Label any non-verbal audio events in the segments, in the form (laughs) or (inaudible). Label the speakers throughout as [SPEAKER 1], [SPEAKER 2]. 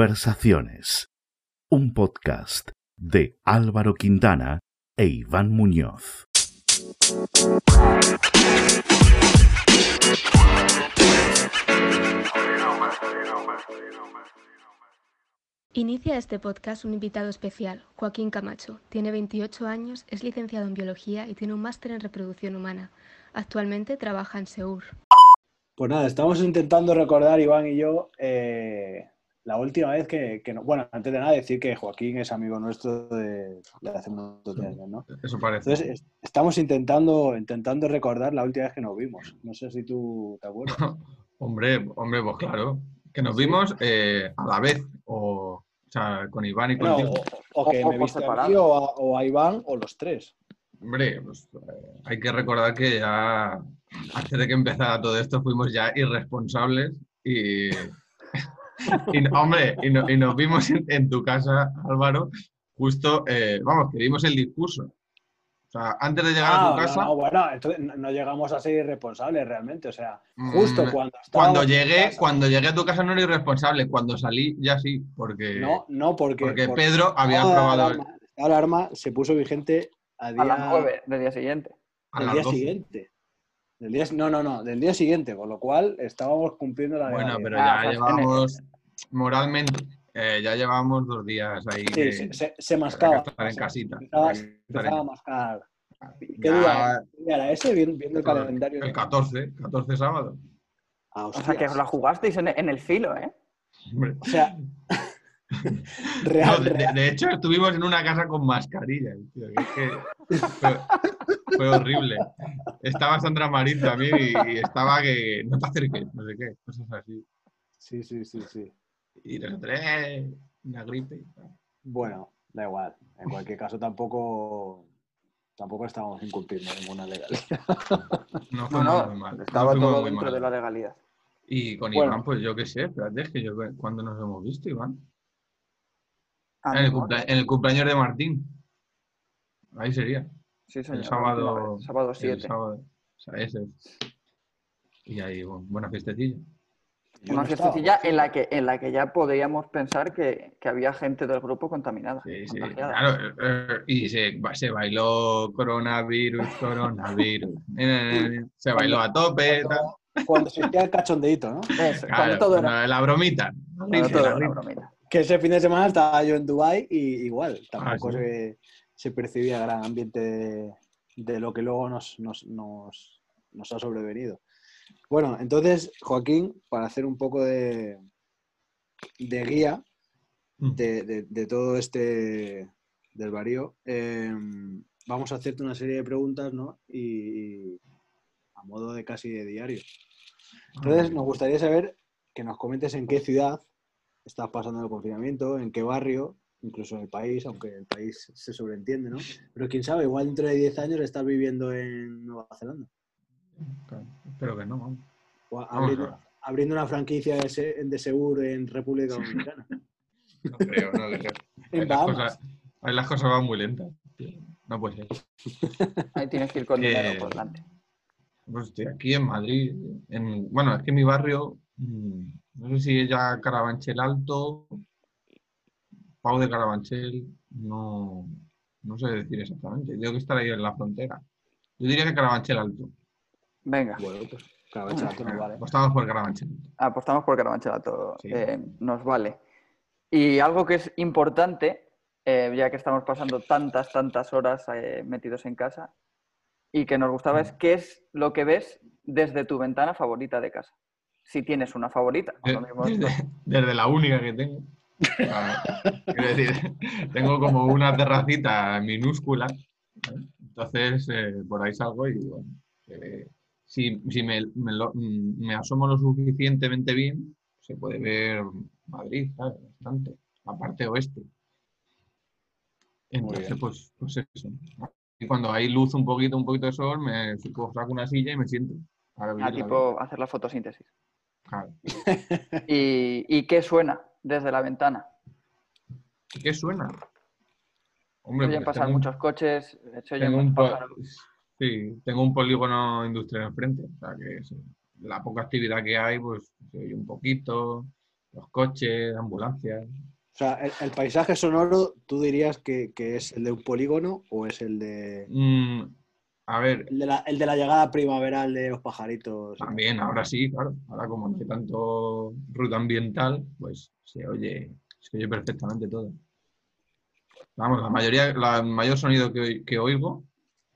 [SPEAKER 1] Conversaciones, un podcast de Álvaro Quintana e Iván Muñoz.
[SPEAKER 2] Inicia este podcast un invitado especial, Joaquín Camacho. Tiene 28 años, es licenciado en biología y tiene un máster en reproducción humana. Actualmente trabaja en Seur.
[SPEAKER 3] Pues nada, estamos intentando recordar, Iván y yo, eh, la última vez que, que no- Bueno, antes de nada, decir que Joaquín es amigo nuestro de, de hace muchos años, ¿no?
[SPEAKER 4] Eso parece.
[SPEAKER 3] Entonces, es- estamos intentando, intentando recordar la última vez que nos vimos. No sé si tú te acuerdas.
[SPEAKER 4] hombre, hombre, pues claro. Que nos vimos eh, a la vez. O, o sea, con Iván y
[SPEAKER 3] Bueno,
[SPEAKER 4] contigo.
[SPEAKER 3] o, o que
[SPEAKER 5] O- o
[SPEAKER 3] me
[SPEAKER 5] por
[SPEAKER 3] viste a mí,
[SPEAKER 5] separado.
[SPEAKER 3] o a, o a Iván, o los tres.
[SPEAKER 4] Hombre, pues, eh, hay que recordar que ya antes de que empezara todo esto fuimos ya irresponsables y, (laughs) y no- hombre, y, no- y nos vimos en, en tu casa, Álvaro, justo, eh, vamos, que vimos el discurso. O sea, antes de llegar a
[SPEAKER 3] Ah,
[SPEAKER 4] tu
[SPEAKER 3] no,
[SPEAKER 4] casa,
[SPEAKER 3] no, bueno, entonces no, no llegamos a ser irresponsables realmente. O sea, justo
[SPEAKER 4] mm,
[SPEAKER 3] cuando estábamos
[SPEAKER 4] cuando
[SPEAKER 3] en
[SPEAKER 4] llegué,
[SPEAKER 3] casa-
[SPEAKER 4] cuando llegué a tu casa no era irresponsable, cuando salí ya sí, porque,
[SPEAKER 3] No, no, porque,
[SPEAKER 4] porque
[SPEAKER 3] porque
[SPEAKER 4] Pedro había
[SPEAKER 3] estaba Ah, la
[SPEAKER 4] probado
[SPEAKER 3] alarma- estaba la alarma se puso vigente a día,
[SPEAKER 5] A las 9 del día siguiente.
[SPEAKER 4] a
[SPEAKER 3] del
[SPEAKER 4] las
[SPEAKER 3] día
[SPEAKER 4] 12.
[SPEAKER 3] siguiente. Del día, no, no, no, del día siguiente, con lo cual estábamos cumpliendo la
[SPEAKER 4] Bueno,
[SPEAKER 3] legalidad.
[SPEAKER 4] pero
[SPEAKER 5] Ah,
[SPEAKER 4] ya
[SPEAKER 5] o sea,
[SPEAKER 4] llevábamos, moralmente, eh, ya llevábamos dos días ahí.
[SPEAKER 3] Sí,
[SPEAKER 4] que-
[SPEAKER 3] se, se, se
[SPEAKER 4] que había
[SPEAKER 3] mascaba.
[SPEAKER 4] que estar en casita.
[SPEAKER 3] Empezaba,
[SPEAKER 4] había que estar en-
[SPEAKER 3] empezaba a mascar. ¿Qué
[SPEAKER 4] Ya,
[SPEAKER 3] día, qué día era ese? Viendo, viendo el
[SPEAKER 4] Claro,
[SPEAKER 3] calendario.
[SPEAKER 4] El 14, 14 sábado.
[SPEAKER 3] Ah,
[SPEAKER 5] O sea, que
[SPEAKER 3] hostias.
[SPEAKER 5] os la jugasteis en, en el filo, ¿eh?
[SPEAKER 3] (laughs)
[SPEAKER 4] Hombre.
[SPEAKER 3] O
[SPEAKER 5] (laughs)
[SPEAKER 3] sea,
[SPEAKER 4] No,
[SPEAKER 3] real,
[SPEAKER 4] de, de-
[SPEAKER 3] real.
[SPEAKER 4] de hecho, estuvimos en una casa con mascarillas. tío, que es que fue, fue horrible. Estaba Sandra Marín también y, y estaba que no te acerques, no sé qué, cosas así.
[SPEAKER 3] Sí, sí, sí, sí.
[SPEAKER 4] Y nosotros, "Eh, una gripe. y tal.
[SPEAKER 3] Bueno, da igual. En cualquier caso, tampoco, tampoco estábamos incumpliendo ninguna legalidad.
[SPEAKER 4] No fue
[SPEAKER 5] No,
[SPEAKER 4] muy mal.
[SPEAKER 5] no,
[SPEAKER 4] no
[SPEAKER 5] estaba
[SPEAKER 4] fuimos
[SPEAKER 5] todo
[SPEAKER 4] muy
[SPEAKER 5] dentro
[SPEAKER 4] mal.
[SPEAKER 5] de la legalidad.
[SPEAKER 4] Y con
[SPEAKER 3] Bueno.
[SPEAKER 4] Iván, pues yo qué sé, espérate, es que yo, ¿cuándo nos hemos visto, Iván?
[SPEAKER 5] Ah,
[SPEAKER 4] En el,
[SPEAKER 5] no,
[SPEAKER 4] cumplea- en el cumpleaños de Martín. Ahí sería.
[SPEAKER 5] sí, señor,
[SPEAKER 4] el
[SPEAKER 5] la última
[SPEAKER 4] sábado-
[SPEAKER 5] vez, sábado
[SPEAKER 4] El
[SPEAKER 5] 7.
[SPEAKER 4] sábado. O sea, ese es. Y ahí, bueno, buena fiestecilla.
[SPEAKER 3] Yo
[SPEAKER 5] Una
[SPEAKER 3] no estaba.
[SPEAKER 5] fiestecilla en la que en la que ya podíamos pensar que, que había gente del grupo contaminada.
[SPEAKER 4] Sí, sí.
[SPEAKER 5] contagiada.
[SPEAKER 4] Claro, eh, eh, y se, ba- se bailó coronavirus,
[SPEAKER 5] (laughs)
[SPEAKER 4] coronavirus. Eh, se bailó a tope. tal.
[SPEAKER 3] Cuando, cuando se hacía el cachondeito, ¿no?
[SPEAKER 5] Eso,
[SPEAKER 4] Claro,
[SPEAKER 5] cuando todo era,
[SPEAKER 4] cuando la bromita.
[SPEAKER 5] cuando
[SPEAKER 4] Sí,
[SPEAKER 5] todo
[SPEAKER 4] la
[SPEAKER 5] era una
[SPEAKER 4] broma.
[SPEAKER 5] bromita.
[SPEAKER 3] Que ese fin de semana estaba yo en Dubai y igual, tampoco
[SPEAKER 4] sí.
[SPEAKER 3] se, se percibía gran ambiente de, de lo que luego nos, nos, nos- nos ha sobrevenido. Bueno, entonces, Joaquín, para hacer un poco de, de guía de, de- de todo este del varío, eh, vamos a hacerte una serie de preguntas, ¿no? Y, y a modo de casi de diario. Entonces, nos gustaría saber que nos comentes en qué ciudad estás pasando el confinamiento, en qué barrio, incluso en el país, aunque el país se sobreentiende, ¿no? Pero quién sabe, igual dentro de 10 años estás viviendo en Nueva Zelanda.
[SPEAKER 4] Claro, Espero que no. vamos.
[SPEAKER 3] O a-
[SPEAKER 4] Vamos a
[SPEAKER 3] abriendo, abriendo una franquicia de, se- de seguro en República Dominicana.
[SPEAKER 4] ver. No creo, no creo. Ahí
[SPEAKER 3] En
[SPEAKER 4] las,
[SPEAKER 3] Bahamas.
[SPEAKER 4] cosas, ahí las cosas van muy lentas. tío. No puede ser.
[SPEAKER 5] Ahí tienes que ir con
[SPEAKER 4] Que-
[SPEAKER 5] dinero por delante.
[SPEAKER 4] Pues estoy aquí en Madrid. En, bueno, es que mi barrio, mm, no sé si es ya Carabanchel Alto, Pau de Carabanchel, no, no sé decir exactamente. Tengo que estar ahí en la frontera. Yo diría que Carabanchel Alto.
[SPEAKER 5] Venga,
[SPEAKER 3] Bueno, pues, claro, chaval, que nos vale.
[SPEAKER 4] Apostamos por Carabanchel.
[SPEAKER 5] apostamos por Carabanchelato.
[SPEAKER 4] Sí.
[SPEAKER 5] eh, nos vale. Y algo que es importante, eh, ya que estamos pasando tantas, tantas horas eh, metidos en casa, y que nos gustaba
[SPEAKER 4] Mm.
[SPEAKER 5] es qué es lo que ves desde tu ventana favorita de casa. Si tienes una favorita.
[SPEAKER 4] De-
[SPEAKER 5] lo mismo-
[SPEAKER 4] Eh, desde,
[SPEAKER 5] (laughs)
[SPEAKER 4] desde la única que tengo. Ah, Quiero decir, (laughs) tengo como una terracita minúscula. ¿vale? Entonces, eh, por ahí salgo y bueno, eh, si, si me, me lo- mm, me asomo lo suficientemente bien, se puede ver Madrid, ¿sabes? Bastante. La parte oeste. Entonces,
[SPEAKER 3] bien.
[SPEAKER 4] pues, pues eso. Y cuando hay luz, un poquito, un poquito de sol, me subo- saco una silla y me siento. para vivir
[SPEAKER 5] a
[SPEAKER 4] la vida.
[SPEAKER 5] Ah, tipo hacer
[SPEAKER 4] (laughs)
[SPEAKER 5] la fotosíntesis.
[SPEAKER 4] Claro.
[SPEAKER 5] ¿Y, y qué suena desde la ventana?
[SPEAKER 4] ¿Qué suena?
[SPEAKER 5] Se
[SPEAKER 4] Hombre,
[SPEAKER 5] oyen
[SPEAKER 4] pues
[SPEAKER 5] pasar
[SPEAKER 4] tengo un-
[SPEAKER 5] muchos coches, eh, se oyen
[SPEAKER 4] tengo un
[SPEAKER 5] muchos
[SPEAKER 4] po-
[SPEAKER 5] pájaros.
[SPEAKER 4] sí, tengo un polígono industrial enfrente. O sea que sí, la poca actividad que hay, pues se oye un poquito. Los coches, ambulancias.
[SPEAKER 3] O sea, el, el paisaje sonoro, ¿tú dirías que, que es el de un polígono o es el de,
[SPEAKER 4] Mm, a ver,
[SPEAKER 3] el de, la, el de la llegada primaveral de los pajaritos?
[SPEAKER 4] También, ahora sí, claro. Ahora como no hay tanto ruta ambiental, pues se oye, se oye perfectamente todo. Vamos, la mayoría, la el mayor sonido que, oí- que oigo,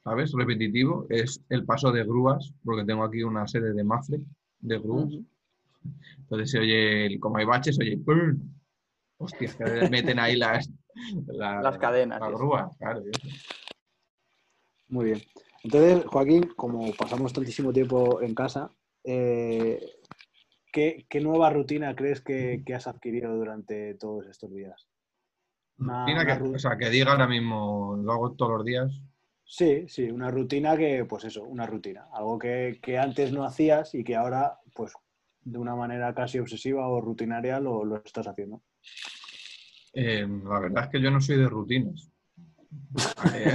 [SPEAKER 4] ¿sabes? Repetitivo, es el paso de grúas, porque tengo aquí una sede de Mafre, de grúas. Entonces se oye, el- como hay baches, se oye... "Purr". Hostias, que le meten ahí las... la-
[SPEAKER 5] Las cadenas
[SPEAKER 4] La
[SPEAKER 5] y eso.
[SPEAKER 4] grúa, claro. y eso.
[SPEAKER 3] Muy bien. Entonces, Joaquín, como pasamos tantísimo tiempo en casa, eh, ¿qué, qué nueva rutina crees que, que has adquirido durante todos estos días? Una-
[SPEAKER 4] Mira
[SPEAKER 3] una
[SPEAKER 4] que, pues,
[SPEAKER 3] ru-
[SPEAKER 4] o sea, que diga ahora mismo, lo hago todos los días,
[SPEAKER 3] Sí, sí, una rutina que, pues eso, una rutina. Algo que, que antes no hacías y que ahora, pues de una manera casi obsesiva o rutinaria lo, lo estás haciendo.
[SPEAKER 4] Eh, la verdad es que yo no soy de rutinas. Eh,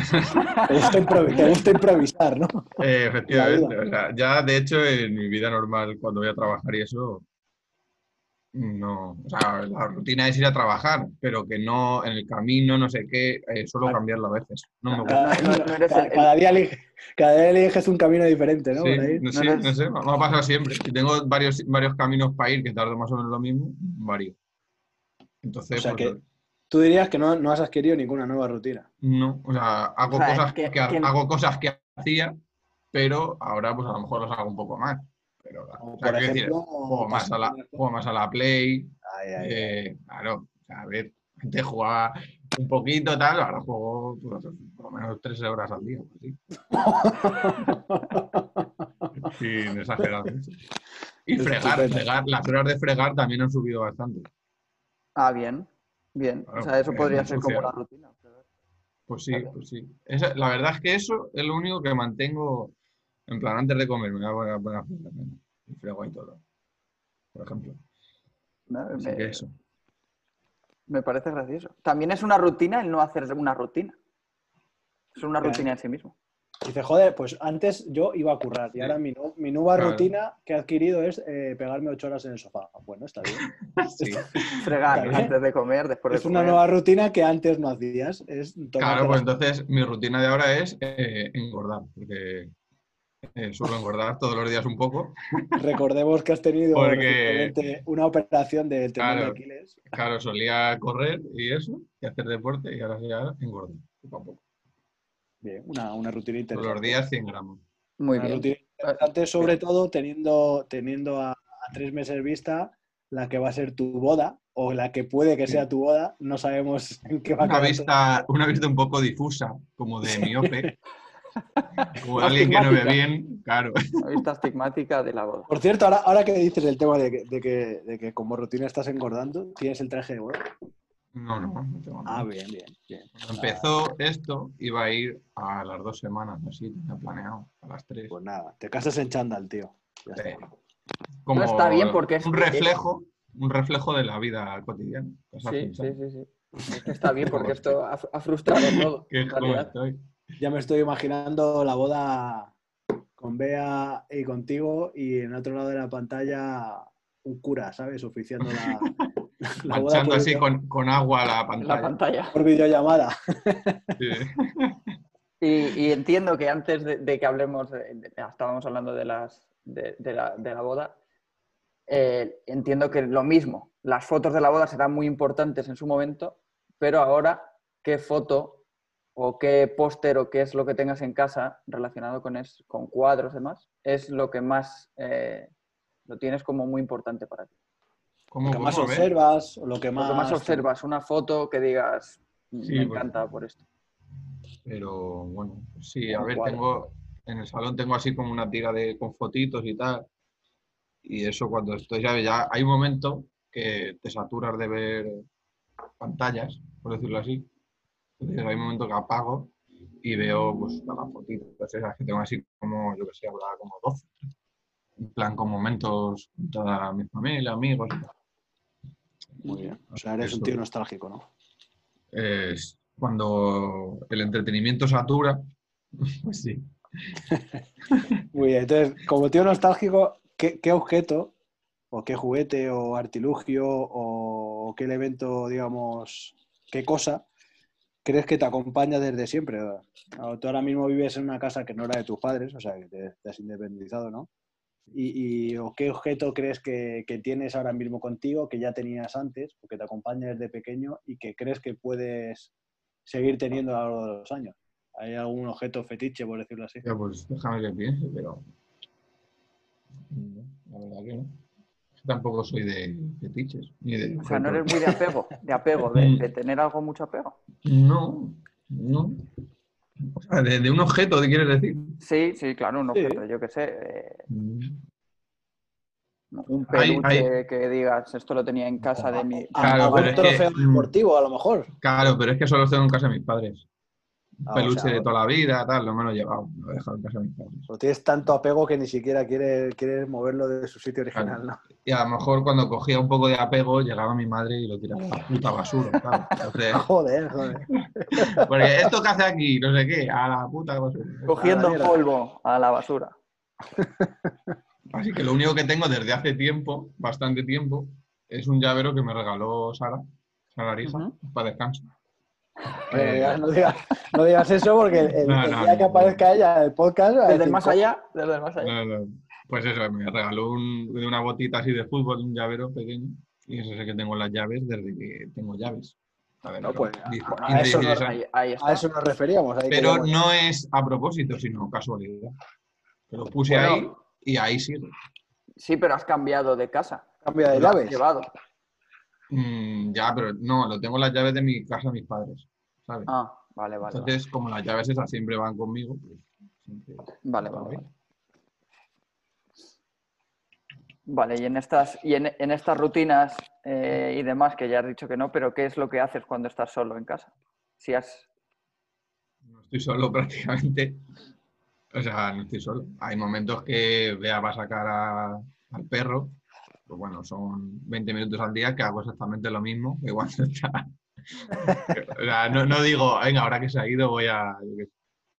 [SPEAKER 3] Te gusta, improvi- te gusta improvisar, ¿no?
[SPEAKER 4] eh, efectivamente. o sea, ya, de hecho, en mi vida normal, cuando voy a trabajar y eso, no. O sea, la rutina es ir a trabajar, pero que no en el camino, no sé qué, eh, suelo cambiarlo a veces. No me gusta.
[SPEAKER 3] Cada,
[SPEAKER 5] No, no, no eres
[SPEAKER 3] cada-
[SPEAKER 5] el-
[SPEAKER 3] cada día elige- cada día eliges un camino diferente, ¿no?
[SPEAKER 4] Sí,
[SPEAKER 3] Por ahí.
[SPEAKER 4] no,
[SPEAKER 5] No
[SPEAKER 4] sé,
[SPEAKER 5] eres-
[SPEAKER 4] no sé, me ha pasado siempre. Si tengo varios, varios caminos para ir que tardo más o menos lo mismo, varío. Entonces,
[SPEAKER 3] O sea
[SPEAKER 4] pues,
[SPEAKER 3] que- Tú dirías que no, no has adquirido ninguna nueva rutina.
[SPEAKER 4] No, o sea, hago,
[SPEAKER 5] O sea,
[SPEAKER 4] cosas
[SPEAKER 5] es
[SPEAKER 4] que,
[SPEAKER 5] que- que-
[SPEAKER 4] hago cosas que hacía, pero ahora pues a lo mejor los hago un poco más. Pero,
[SPEAKER 3] Como,
[SPEAKER 4] o sea,
[SPEAKER 3] por
[SPEAKER 4] Ah, quiero decir,
[SPEAKER 3] ejemplo,
[SPEAKER 4] juego, más a la, juego más a la Play,
[SPEAKER 3] Ay, ay, ay.
[SPEAKER 4] eh, claro, o sea, a ver, antes jugaba un poquito tal, ahora juego pues, por lo menos tres horas al día,
[SPEAKER 3] (laughs)
[SPEAKER 4] pues, sí. Sin exagerar. Y
[SPEAKER 3] Es
[SPEAKER 4] fregar,
[SPEAKER 3] estupendo.
[SPEAKER 4] fregar, las horas de fregar también han subido bastante.
[SPEAKER 5] Ah, bien, bien.
[SPEAKER 4] Claro,
[SPEAKER 5] o sea, eso
[SPEAKER 4] porque
[SPEAKER 5] podría
[SPEAKER 4] es
[SPEAKER 5] ser como
[SPEAKER 4] social.
[SPEAKER 5] la rutina. pero-
[SPEAKER 4] Pues sí,
[SPEAKER 5] Vale.
[SPEAKER 4] pues sí. Esa- la verdad es que eso es lo único que mantengo en plan antes de comer. Me voy a poner a fregar, venga, y frego ahí todo, por ejemplo.
[SPEAKER 5] ¿no?
[SPEAKER 4] Así que
[SPEAKER 5] Me,
[SPEAKER 3] (laughs)
[SPEAKER 4] eso.
[SPEAKER 5] me parece gracioso. También es una rutina el no hacer una rutina. Es una
[SPEAKER 3] Claro.
[SPEAKER 5] rutina en sí mismo.
[SPEAKER 3] Dice, joder, pues antes yo iba a currar y
[SPEAKER 4] Sí.
[SPEAKER 3] ahora mi, nu- mi nueva
[SPEAKER 4] Claro.
[SPEAKER 3] rutina que he adquirido es eh, pegarme ocho horas en el sofá. Ah, Bueno, está bien.
[SPEAKER 4] (laughs) Sí.
[SPEAKER 5] Fregar
[SPEAKER 3] Está bien.
[SPEAKER 5] antes de comer, después
[SPEAKER 3] es
[SPEAKER 5] de
[SPEAKER 3] una
[SPEAKER 5] comer.
[SPEAKER 3] nueva rutina que antes no hacías. Es tomarte
[SPEAKER 4] Claro, pues
[SPEAKER 3] las-
[SPEAKER 4] entonces mi rutina de ahora es eh, engordar, porque eh, suelo engordar todos los días un poco.
[SPEAKER 3] Recordemos que has tenido
[SPEAKER 4] (laughs) Porque-
[SPEAKER 3] recientemente una operación del tendón de
[SPEAKER 4] Claro.
[SPEAKER 3] Aquiles.
[SPEAKER 4] Claro, solía correr y eso, y hacer deporte, y ahora ya engordo, poco a poco.
[SPEAKER 3] Bien, una, una rutina
[SPEAKER 4] Todos
[SPEAKER 3] interesante.
[SPEAKER 4] los días 100 gramos.
[SPEAKER 5] Muy
[SPEAKER 3] Una
[SPEAKER 5] bien.
[SPEAKER 3] rutina interesante, sobre todo teniendo, teniendo a, a tres meses vista la que va a ser tu boda o la que puede que sea tu boda. No sabemos (laughs) en qué va a
[SPEAKER 4] Una
[SPEAKER 3] acabar.
[SPEAKER 4] vista, una vista un poco difusa, como de miope,
[SPEAKER 3] (laughs)
[SPEAKER 4] como de alguien que no ve
[SPEAKER 3] Astigmática.
[SPEAKER 4] bien, claro.
[SPEAKER 5] La vista astigmática de la boda.
[SPEAKER 3] Por cierto, ahora, ahora que dices el tema de que, de que- de que como rutina estás engordando, ¿tienes el traje de boda?
[SPEAKER 4] No, no, no tengo nada.
[SPEAKER 3] Ah, bien, bien, bien.
[SPEAKER 4] Cuando empezó esto, iba a ir a las dos semanas, así, tenía planeado, a las tres.
[SPEAKER 3] Pues nada, te casas en chándal, tío. Ya
[SPEAKER 4] Sí.
[SPEAKER 3] está.
[SPEAKER 4] Como
[SPEAKER 5] No, está bien porque es-
[SPEAKER 4] un reflejo, un reflejo de la vida cotidiana. Cosas
[SPEAKER 5] Sí,
[SPEAKER 4] pinchas.
[SPEAKER 5] sí, sí, sí. Es que está bien porque esto ha, ha frustrado todo.
[SPEAKER 4] Qué
[SPEAKER 5] en
[SPEAKER 4] joven
[SPEAKER 5] realidad.
[SPEAKER 4] estoy.
[SPEAKER 3] Ya me estoy imaginando la boda con Bea y contigo y en otro lado de la pantalla un cura, ¿sabes? Oficiando la, (laughs) la boda
[SPEAKER 4] Manchando
[SPEAKER 3] por,
[SPEAKER 4] así
[SPEAKER 3] video-
[SPEAKER 4] con, con agua la
[SPEAKER 5] En la
[SPEAKER 4] pantalla.
[SPEAKER 5] pantalla.
[SPEAKER 3] por videollamada.
[SPEAKER 4] Sí.
[SPEAKER 5] Y, y entiendo que antes de, de que hablemos, de- de- ah, estábamos hablando de, las, de, de la, de la boda, eh, entiendo que lo mismo, las fotos de la boda serán muy importantes en su momento, pero ahora, ¿qué foto o qué póster o qué es lo que tengas en casa relacionado con, es, con cuadros y demás, es lo que más eh, lo tienes como muy importante para ti?
[SPEAKER 4] ¿Cómo
[SPEAKER 3] Lo que más
[SPEAKER 4] puedo ver?
[SPEAKER 3] observas o lo que
[SPEAKER 5] Lo
[SPEAKER 3] más,
[SPEAKER 5] que más observas, una foto que digas, "Mm,
[SPEAKER 4] Sí,
[SPEAKER 5] me
[SPEAKER 4] porque-
[SPEAKER 5] encanta por esto.
[SPEAKER 4] Pero bueno, pues sí, a
[SPEAKER 5] Un
[SPEAKER 4] ver,
[SPEAKER 5] cuadro.
[SPEAKER 4] tengo en el salón tengo así como una tira de con fotitos y tal. Y eso cuando estoy ya, ya hay un momento que te saturas de ver pantallas, por decirlo así. Entonces hay un momento que apago y veo pues las fotitos esas que tengo así como, yo que sé, habrá como 12. En plan, con momentos con toda mi familia, amigos. y tal.
[SPEAKER 3] Muy bien. O sea, eres un
[SPEAKER 4] Eso.
[SPEAKER 3] tío nostálgico, ¿no?
[SPEAKER 4] Es cuando el entretenimiento satura, (laughs) pues sí.
[SPEAKER 3] Muy bien, entonces, como tío nostálgico, ¿qué, qué objeto o qué juguete o artilugio o qué evento, digamos, qué cosa crees que te acompaña desde siempre. Ahora, Tú ahora mismo vives en una casa que no era de tus padres, o sea, que te, te has independizado, ¿no? Y, y- o qué objeto crees que, que tienes ahora mismo contigo, que ya tenías antes, o que te acompaña desde pequeño y que crees que puedes seguir teniendo a lo largo de los años. ¿Hay algún objeto fetiche, por decirlo así?
[SPEAKER 4] Ya, pues déjame que piense, pero. No, la verdad que no. Yo Tampoco soy de fetiches. Ni de
[SPEAKER 5] O sea, no eres muy de apego, de apego, de, de tener algo mucho apego.
[SPEAKER 4] No, no. O sea, de, de un objeto, ¿te quieres decir?
[SPEAKER 5] Sí, sí, claro, un
[SPEAKER 3] Sí.
[SPEAKER 5] objeto, yo qué sé, eh, un
[SPEAKER 4] Hay-
[SPEAKER 5] peluche
[SPEAKER 4] hay-
[SPEAKER 5] que digas, esto lo tenía en casa de mi...
[SPEAKER 3] A- a-
[SPEAKER 4] Claro,
[SPEAKER 3] Ah, algún
[SPEAKER 4] pero es que- mm,
[SPEAKER 3] trofeo deportivo, a lo mejor.
[SPEAKER 4] Claro, pero es que solo los tengo en casa de mis padres. Un
[SPEAKER 3] Ah, o
[SPEAKER 4] peluche
[SPEAKER 3] sea,
[SPEAKER 4] de toda la vida, tal, no me lo he llevado. Lo he dejado en casa de mis padres.
[SPEAKER 3] Lo tienes tanto apego que ni siquiera quieres, quieres moverlo de su sitio original, ¿no?
[SPEAKER 4] Y a lo mejor cuando cogía un poco de apego, llegaba mi madre y lo tiraba a la puta basura, claro.
[SPEAKER 3] (laughs)
[SPEAKER 4] Entonces,
[SPEAKER 3] Joder,
[SPEAKER 4] (laughs)
[SPEAKER 3] joder.
[SPEAKER 4] porque esto que hace aquí, no sé qué, a la puta basura.
[SPEAKER 5] Cogiendo
[SPEAKER 3] A la mierda.
[SPEAKER 5] polvo a la basura.
[SPEAKER 4] Así que lo único que tengo desde hace tiempo, bastante tiempo, es un llavero que me regaló Sara, Sara Arija,
[SPEAKER 5] Ujú.
[SPEAKER 4] para descanso.
[SPEAKER 3] Que no
[SPEAKER 4] Eh,
[SPEAKER 3] digas- no, digas, no digas eso porque el, el-
[SPEAKER 4] No,
[SPEAKER 3] el
[SPEAKER 4] no,
[SPEAKER 3] día que
[SPEAKER 4] no.
[SPEAKER 3] aparezca ella en el podcast... va a
[SPEAKER 5] Desde el
[SPEAKER 3] decir,
[SPEAKER 5] más allá, desde el más allá.
[SPEAKER 4] No, no. Pues eso, me regaló un- de una botita así de fútbol, un llavero pequeño. Y eso es el que tengo las llaves desde que tengo llaves. A ver,
[SPEAKER 3] No,
[SPEAKER 4] ahora,
[SPEAKER 3] pues,
[SPEAKER 4] diez-
[SPEAKER 5] Bueno, a
[SPEAKER 4] 15,
[SPEAKER 5] eso no-
[SPEAKER 4] 16 años.
[SPEAKER 5] ahí, ahí está.
[SPEAKER 3] A eso nos referíamos. ahí
[SPEAKER 4] ¿eh? Pero
[SPEAKER 3] queríamos-
[SPEAKER 4] no es a propósito, sino casualidad. Que lo puse
[SPEAKER 5] Bueno.
[SPEAKER 4] ahí y ahí sigue.
[SPEAKER 5] Sí, pero has cambiado de casa.
[SPEAKER 3] Cambia de
[SPEAKER 5] Lo has
[SPEAKER 3] llaves.
[SPEAKER 5] Llevado.
[SPEAKER 4] Mm, ya, pero no, lo tengo las llaves de mi casa de mis padres. ¿sabes?
[SPEAKER 5] Ah, vale, vale. vale.
[SPEAKER 4] Entonces, como las llaves esas siempre van conmigo, pues siempre.
[SPEAKER 5] Vale, vale, vale. Vale, y en estas, y en, en estas rutinas eh, y demás, que ya has dicho que no, pero ¿qué es lo que haces cuando estás solo en casa? Si has...
[SPEAKER 4] No estoy solo (laughs) prácticamente. O sea, no estoy solo. Hay momentos que Bea va a sacar a- al perro. Pues bueno, son 20 minutos al día que hago exactamente lo mismo que cuando (laughs) está. O sea, no, no digo, venga, ahora que se ha ido voy a, yo qué sé,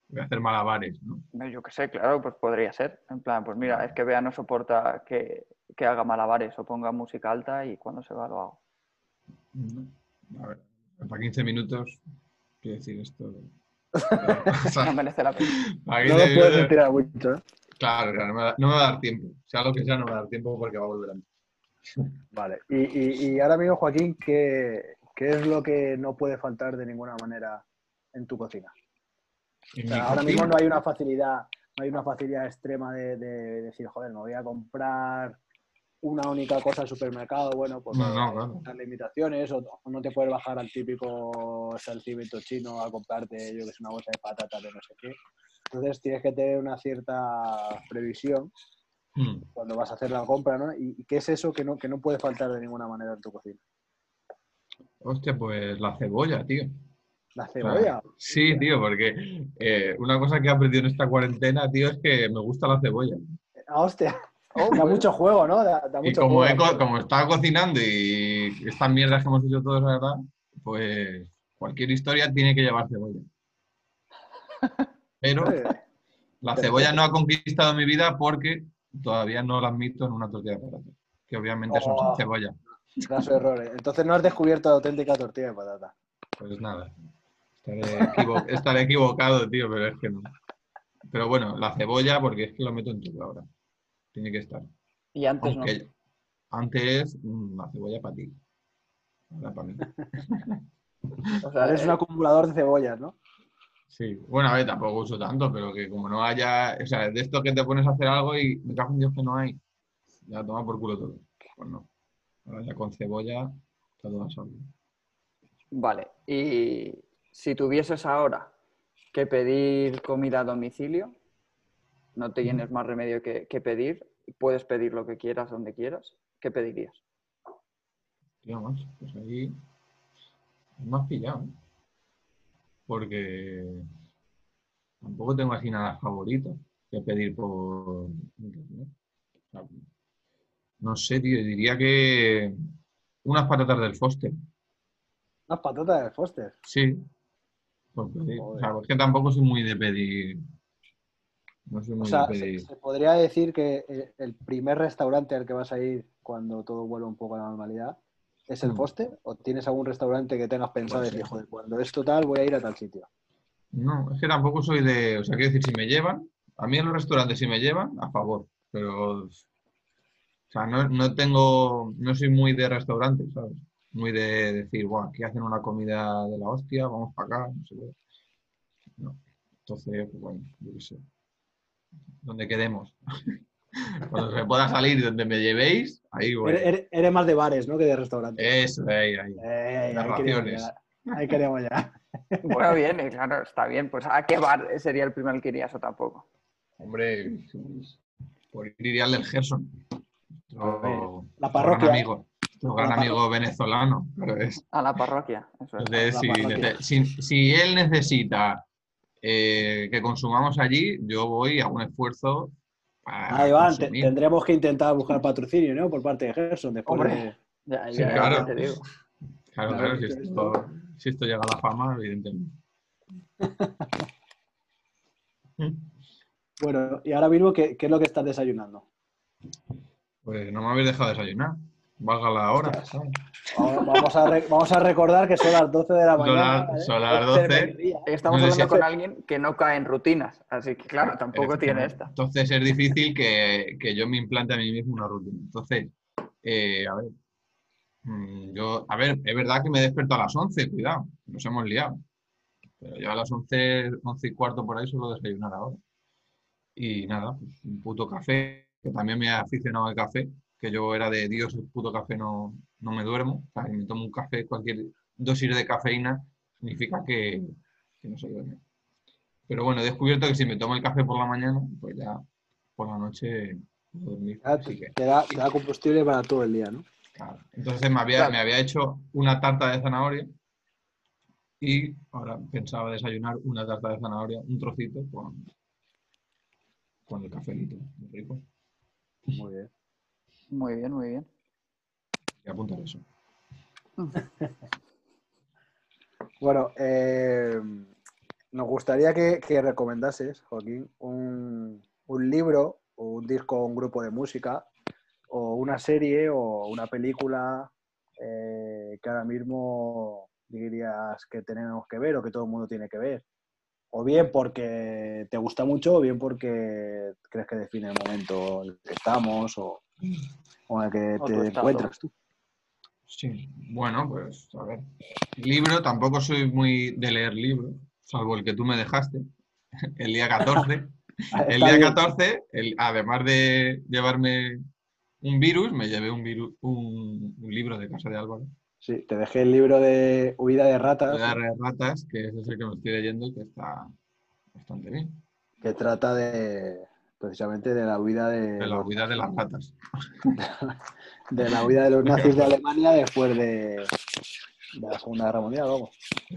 [SPEAKER 4] voy a hacer malabares, ¿no?
[SPEAKER 5] no, Yo qué sé, claro, pues podría ser. En plan, pues mira, es que Bea no soporta que, que haga malabares o ponga música alta y cuando se va lo hago.
[SPEAKER 4] Mm, A ver, para 15 minutos, quiero decir esto. (laughs) O
[SPEAKER 5] No
[SPEAKER 4] sea,
[SPEAKER 5] merece la pena.
[SPEAKER 4] para
[SPEAKER 3] No
[SPEAKER 4] 15
[SPEAKER 3] lo puedes
[SPEAKER 4] minutos-
[SPEAKER 3] estirar mucho. ¿eh?
[SPEAKER 4] Claro, o sea, no me, va, no me va a dar tiempo. Sea lo que sea, no me va a dar tiempo porque va a volver antes.
[SPEAKER 3] Vale. Y, y- y ahora mismo, Joaquín, ¿qué, qué es lo que no puede faltar de ninguna manera en tu cocina?
[SPEAKER 4] En
[SPEAKER 3] O
[SPEAKER 4] mi
[SPEAKER 3] sea, ahora
[SPEAKER 4] cocina.
[SPEAKER 3] mismo no hay una facilidad, no hay una facilidad extrema de, de decir, joder, me voy a comprar una única cosa al supermercado, bueno, pues
[SPEAKER 4] No,
[SPEAKER 3] eh,
[SPEAKER 4] no, claro.
[SPEAKER 3] las limitaciones, o, o no te puedes bajar al típico salcibito chino a comprarte, yo que sé, una bolsa de patatas de no sé qué. Entonces tienes que tener una cierta previsión
[SPEAKER 4] Mm.
[SPEAKER 3] cuando vas a hacer la compra, ¿no? ¿Y, y qué es eso que no, que no puede faltar de ninguna manera en tu cocina?
[SPEAKER 4] Hostia, pues la cebolla, tío.
[SPEAKER 3] La cebolla.
[SPEAKER 4] Sí, tío, porque eh, una cosa que he aprendido en esta cuarentena, tío, es que me gusta la cebolla.
[SPEAKER 3] Ah, hostia. da mucho juego, ¿no? Da, da
[SPEAKER 4] Y
[SPEAKER 3] mucho
[SPEAKER 4] como, he
[SPEAKER 3] juego.
[SPEAKER 4] co- como estaba cocinando y estas mierdas que hemos hecho todos, la verdad, pues cualquier historia tiene que llevar cebolla. Pero
[SPEAKER 3] Eh,
[SPEAKER 4] la
[SPEAKER 3] pues
[SPEAKER 4] cebolla no ha conquistado mi vida porque todavía no la admito en una tortilla de patata, que obviamente son
[SPEAKER 3] Oh.
[SPEAKER 4] sin cebolla.
[SPEAKER 3] grasos errores. Entonces no has descubierto la auténtica tortilla de patata.
[SPEAKER 4] Pues nada, estaré, equivo- (laughs) estaré equivocado, tío, pero es que no. Pero bueno, la cebolla, porque es que lo meto en todo ahora. Tiene que estar.
[SPEAKER 5] Y antes Pues no.
[SPEAKER 4] Aunque antes mm, la cebolla para ti. Ahora para mí.
[SPEAKER 5] O sea,
[SPEAKER 4] Eh.
[SPEAKER 3] Eres un acumulador de cebollas, ¿no?
[SPEAKER 4] Sí. Bueno, a ver, tampoco uso tanto, pero que como no haya. O sea, de esto que te pones a hacer algo y me cago en Dios que no hay. Ya toma por culo todo. Pues no. Ahora ya con cebolla está todo solo.
[SPEAKER 5] Vale, y si tuvieses ahora que pedir comida a domicilio, no te tienes más remedio que, que pedir, puedes pedir lo que quieras, donde quieras, ¿qué pedirías?
[SPEAKER 4] Tío, más, pues ahí me has pillado. ¿eh? Porque tampoco tengo así nada favorito que pedir por internet. O sea, No sé, tío, diría que unas patatas del Foster.
[SPEAKER 3] Unas patatas de Foster.
[SPEAKER 4] Sí. Por pedir. O sea,
[SPEAKER 3] Joder.
[SPEAKER 4] porque tampoco soy muy de pedir No soy
[SPEAKER 3] O
[SPEAKER 4] muy
[SPEAKER 3] sea,
[SPEAKER 4] de
[SPEAKER 3] se,
[SPEAKER 4] pedir.
[SPEAKER 3] se podría decir que eh, el primer restaurante al que vas a ir cuando todo vuelva un poco a la normalidad es el
[SPEAKER 4] Mm. Pues
[SPEAKER 3] Foster o tienes algún restaurante que tengas pensado
[SPEAKER 4] Puede
[SPEAKER 3] decir,
[SPEAKER 4] ser.
[SPEAKER 3] joder, cuando esto tal voy a ir a tal sitio.
[SPEAKER 4] No, es que tampoco soy de. O sea, quiero decir, si me llevan, a mí en los restaurantes, si me llevan, a favor. Pero. O sea, no, no tengo. No soy muy de restaurante, ¿sabes? Muy de decir, guau, aquí hacen una comida de la hostia, vamos para acá, no sé qué. No. Entonces, pues, bueno, yo qué sé. Donde quedemos. (laughs) Cuando se pueda salir, donde me llevéis, ahí, bueno.
[SPEAKER 3] Eres, eres- eres más de bares, ¿no? Que de restaurantes.
[SPEAKER 4] Eso, ahí, ahí.
[SPEAKER 3] Eh,
[SPEAKER 4] las
[SPEAKER 3] ahí queríamos
[SPEAKER 4] raciones.
[SPEAKER 3] llegar. Ahí queríamos ya.
[SPEAKER 4] (laughs)
[SPEAKER 5] Bueno, bien, eh, claro, está bien. Pues a qué bar sería el primero al que irías o tampoco.
[SPEAKER 4] Hombre, por ir iría al del Gerson. Nuestro-
[SPEAKER 3] La
[SPEAKER 4] Gran
[SPEAKER 3] parroquia.
[SPEAKER 4] amigo, nuestro gran
[SPEAKER 3] La parroquia.
[SPEAKER 4] amigo venezolano. Pero es,
[SPEAKER 5] A la parroquia, eso es.
[SPEAKER 4] de-
[SPEAKER 3] la
[SPEAKER 4] si,
[SPEAKER 3] parroquia.
[SPEAKER 4] nece- si- si él necesita eh, que consumamos allí, yo voy a un esfuerzo para.
[SPEAKER 3] Ahí van, te-
[SPEAKER 4] consumir.
[SPEAKER 3] tendremos que intentar buscar patrocinio, ¿no? Por parte de Gerson. Después
[SPEAKER 5] Hombre.
[SPEAKER 3] de-
[SPEAKER 5] Ya, ya,
[SPEAKER 4] Sí,
[SPEAKER 5] ya
[SPEAKER 4] claro.
[SPEAKER 5] te digo.
[SPEAKER 4] Claro, claro, si esto, si esto llega a la fama,
[SPEAKER 3] (laughs)
[SPEAKER 4] evidentemente.
[SPEAKER 3] Bueno, y ahora mismo, ¿qué, qué es lo que estás desayunando?
[SPEAKER 4] Pues no me habéis dejado desayunar. Valga la hora. ¿sabes?
[SPEAKER 3] Vamos- Vamos a, re- vamos a recordar que son las 12 de la
[SPEAKER 4] Son
[SPEAKER 3] mañana.
[SPEAKER 4] las-
[SPEAKER 3] ¿eh?
[SPEAKER 4] son las
[SPEAKER 3] Este
[SPEAKER 4] 12.
[SPEAKER 3] mediodía.
[SPEAKER 5] Estamos
[SPEAKER 4] No sé si
[SPEAKER 5] hablando con
[SPEAKER 4] hace-
[SPEAKER 5] alguien que no cae en rutinas, así que claro, tampoco tiene esta.
[SPEAKER 4] Entonces es difícil que, que yo me implante a mí mismo una rutina. Entonces, eh, a ver. mm, Yo, a ver, es verdad que me despierto a las 11, cuidado, nos hemos liado. Pero yo a las 11, 11 y cuarto por ahí suelo desayunar ahora. Y nada, pues, un puto café, que también me he aficionado al café, que yo era de Dios, el puto café no, no me duermo. O sea, que me tomo un café, cualquier dosis de cafeína significa que, que no se duerme. Pero bueno, he descubierto que si me tomo el café por la mañana, pues ya por la noche puedo dormir.
[SPEAKER 3] Ah,
[SPEAKER 4] Así que,
[SPEAKER 3] Te da, te da combustible para todo el día, ¿no?
[SPEAKER 4] claro. Entonces me había,
[SPEAKER 5] Claro.
[SPEAKER 4] me había hecho una tarta de zanahoria y ahora pensaba desayunar una tarta de zanahoria, un trocito con, con el cafelito. Muy rico.
[SPEAKER 3] Muy bien.
[SPEAKER 5] Muy bien, muy bien.
[SPEAKER 4] Y apuntar eso.
[SPEAKER 3] Bueno, eh, nos gustaría que, que recomendases, Joaquín, un, un libro o un disco o un grupo de música o una serie o una película eh, que ahora mismo dirías que tenemos que ver o que todo el mundo tiene que ver. O bien porque te gusta mucho o bien porque crees que define el momento en el que estamos o, o en el que
[SPEAKER 5] O tu
[SPEAKER 3] te
[SPEAKER 5] estado.
[SPEAKER 3] encuentras tú.
[SPEAKER 4] Sí, bueno, pues a ver. Libro, tampoco soy muy de leer libros, salvo el que tú me dejaste, (laughs) el
[SPEAKER 3] (laughs)
[SPEAKER 4] día 14. El
[SPEAKER 3] Está
[SPEAKER 4] día
[SPEAKER 3] bien.
[SPEAKER 4] 14, el- además de llevarme un virus, me llevé un, viru- un, un libro de Casa de Álvaro,
[SPEAKER 3] Sí, te dejé el libro de Huida de
[SPEAKER 4] de
[SPEAKER 3] ratas.
[SPEAKER 4] las ratas, que es el que me estoy leyendo y que está bastante bien.
[SPEAKER 3] que trata de precisamente de la huida de,
[SPEAKER 4] De la huida de las ratas.
[SPEAKER 3] de la huida de los nazis
[SPEAKER 4] (laughs)
[SPEAKER 3] de Alemania después de, de la Segunda Guerra Mundial, vamos.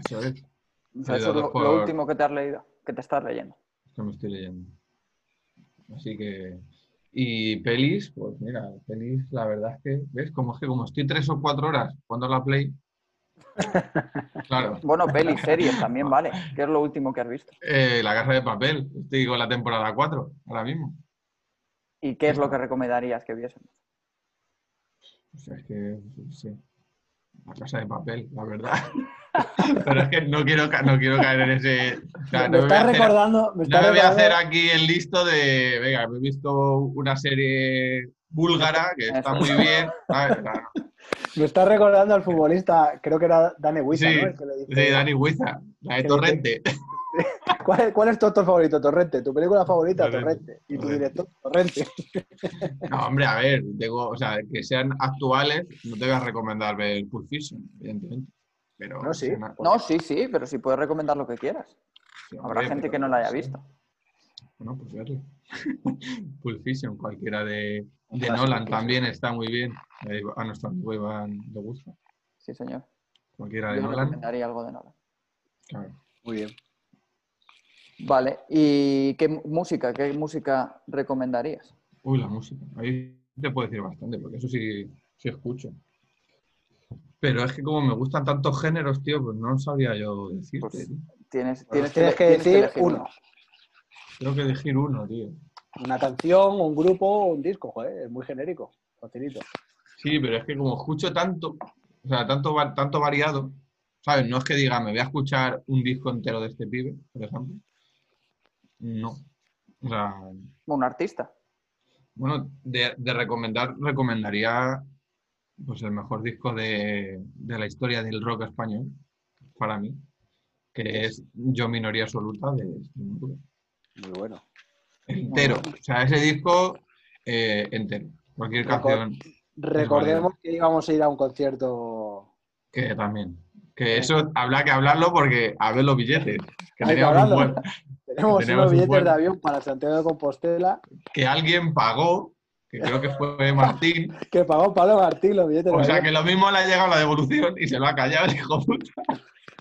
[SPEAKER 4] Eso es,
[SPEAKER 5] O sea,
[SPEAKER 4] Sí,
[SPEAKER 5] eso es
[SPEAKER 4] dado
[SPEAKER 5] lo,
[SPEAKER 4] por-
[SPEAKER 5] lo último que te has leído, que te estás leyendo.
[SPEAKER 4] que me estoy leyendo. Así que. Y pelis, pues mira, pelis, la verdad es que, ¿ves? Como es que como estoy tres o cuatro horas cuando la
[SPEAKER 3] (laughs)
[SPEAKER 4] play. Claro.
[SPEAKER 5] Bueno,
[SPEAKER 4] (laughs)
[SPEAKER 5] pelis, series también, vale. ¿Qué es lo último que has visto?
[SPEAKER 4] eh, la casa de papel, estoy con la temporada 4 ahora mismo.
[SPEAKER 5] ¿Y qué es lo que recomendarías que viesen?
[SPEAKER 4] O sea, es que sí. La casa de papel, la verdad. (laughs) Pero es que no quiero, ca- no quiero caer en ese. o sea,
[SPEAKER 3] me
[SPEAKER 4] no me voy a
[SPEAKER 3] estás
[SPEAKER 4] hacer,
[SPEAKER 3] recordando, me
[SPEAKER 4] no
[SPEAKER 3] estás
[SPEAKER 4] me voy a hacer
[SPEAKER 3] recordando-
[SPEAKER 4] aquí el listo de. Venga, me he visto una serie búlgara que está muy bien. ¿sabes? Claro.
[SPEAKER 3] me estás recordando al futbolista, creo que era Dani Huiza,
[SPEAKER 4] Sí,
[SPEAKER 3] ¿no? El que le dice,
[SPEAKER 4] De Dani Huiza, la de
[SPEAKER 3] Que-
[SPEAKER 4] Torrente. (laughs)
[SPEAKER 3] ¿Cuál, es- cuál es tu actor favorito? Torrente. ¿Tu película favorita?
[SPEAKER 4] Torrente.
[SPEAKER 3] Torrente. ¿Y tu
[SPEAKER 4] Torrente.
[SPEAKER 3] director? Torrente.
[SPEAKER 4] No, hombre, a ver, tengo, o sea, que sean actuales, no te voy a recomendar ver Pulp Fiction, evidentemente. Pero
[SPEAKER 3] No, sí.
[SPEAKER 4] que sean-
[SPEAKER 5] No, sí, sí, pero sí puedes recomendar lo que quieras.
[SPEAKER 4] sí,
[SPEAKER 5] Habrá
[SPEAKER 4] hombre,
[SPEAKER 5] gente
[SPEAKER 4] pero
[SPEAKER 5] que no la haya
[SPEAKER 4] sí.
[SPEAKER 5] visto.
[SPEAKER 4] Bueno, pues (laughs) verlo. Pulp Fiction, cualquiera de,
[SPEAKER 3] Un
[SPEAKER 4] de
[SPEAKER 3] clásico,
[SPEAKER 4] Nolan
[SPEAKER 3] sí.
[SPEAKER 4] también está muy bien. Eh, A nuestro amigo Iván le gusta.
[SPEAKER 5] Sí, señor.
[SPEAKER 4] Cualquiera de
[SPEAKER 5] Yo
[SPEAKER 4] Nolan.
[SPEAKER 5] recomendaría algo de Nolan.
[SPEAKER 4] claro.
[SPEAKER 3] Muy bien.
[SPEAKER 5] Vale, ¿y qué mu- música? ¿Qué música recomendarías?
[SPEAKER 4] Uy, la música. Ahí te puedo decir bastante, porque eso sí, sí escucho. Pero es que como me gustan tantos géneros, tío, pues no sabría yo decirte.
[SPEAKER 5] Pues,
[SPEAKER 4] tío.
[SPEAKER 5] Tienes,
[SPEAKER 3] Pues
[SPEAKER 5] tienes, que, tienes que
[SPEAKER 3] decir
[SPEAKER 5] elegir
[SPEAKER 3] uno.
[SPEAKER 4] Tengo que elegir uno, tío.
[SPEAKER 3] Una canción, un grupo, un disco, joder, es muy genérico, facilito.
[SPEAKER 4] Sí, pero es que como escucho tanto, o sea, tanto, va- tanto variado, ¿sabes? No es que diga, me voy a escuchar un disco entero de este pibe, por ejemplo. No. O sea,
[SPEAKER 5] Un artista.
[SPEAKER 4] bueno, de, de recomendar, recomendaría pues el mejor disco de, de la historia del rock español, para mí, que es Yo Minoría Absoluta de Extremadura.
[SPEAKER 3] Muy bueno.
[SPEAKER 4] Entero. O sea, ese disco eh, entero. Cualquier
[SPEAKER 3] Record-
[SPEAKER 4] canción
[SPEAKER 3] Recordemos que íbamos a ir a un concierto.
[SPEAKER 4] que también. Que eso habrá que hablarlo porque a ver los billetes. Que,
[SPEAKER 3] Hay que
[SPEAKER 4] teníamos un
[SPEAKER 3] hablarlo.
[SPEAKER 4] buen-
[SPEAKER 3] Tenemos,
[SPEAKER 4] Tenemos
[SPEAKER 3] unos
[SPEAKER 4] un
[SPEAKER 3] billetes
[SPEAKER 4] buen-
[SPEAKER 3] de avión para Santiago de Compostela
[SPEAKER 4] que alguien pagó, que creo que
[SPEAKER 3] (laughs)
[SPEAKER 4] fue Martín.
[SPEAKER 3] que pagó Pablo Martín los billetes de
[SPEAKER 4] O sea
[SPEAKER 3] avión.
[SPEAKER 4] que lo mismo le ha llegado la devolución y se lo ha callado el hijo puta.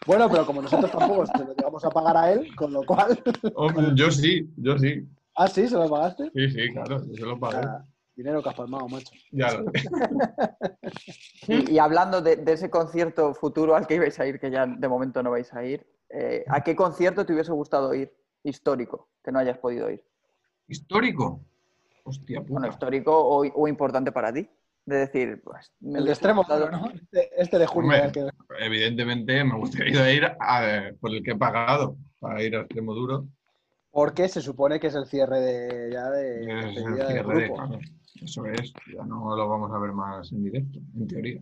[SPEAKER 3] Bueno, pero como nosotros tampoco se lo vamos a pagar a él, con lo cual. (laughs)
[SPEAKER 4] Hombre, yo sí, yo sí.
[SPEAKER 3] Ah, sí, se lo pagaste.
[SPEAKER 4] Sí, sí, claro, yo se lo pagué.
[SPEAKER 3] Nada, dinero que has palmado, macho.
[SPEAKER 4] Ya lo-
[SPEAKER 5] Y, y hablando de, de ese concierto futuro al que ibais a ir, que ya de momento no vais a ir, eh, ¿a qué concierto te hubiese gustado ir histórico que no hayas podido ir?
[SPEAKER 4] Histórico. Hostia
[SPEAKER 5] Bueno,
[SPEAKER 4] puta.
[SPEAKER 5] histórico o, o importante para ti. De decir, pues, me
[SPEAKER 3] El de
[SPEAKER 5] hubiese
[SPEAKER 3] extremo,
[SPEAKER 5] gustado-
[SPEAKER 3] ¿no? Este, este de junio.
[SPEAKER 4] Hombre.
[SPEAKER 3] el que-
[SPEAKER 4] Evidentemente me gustaría (laughs) ir a- por el que he pagado para ir a extremo duro.
[SPEAKER 3] Porque se supone que es el cierre de, ya de, de
[SPEAKER 4] Es el
[SPEAKER 3] despedida Eh, del
[SPEAKER 4] cierre de-
[SPEAKER 3] grupo.
[SPEAKER 4] claro, Eso es, ya no lo vamos a ver más en directo, en teoría.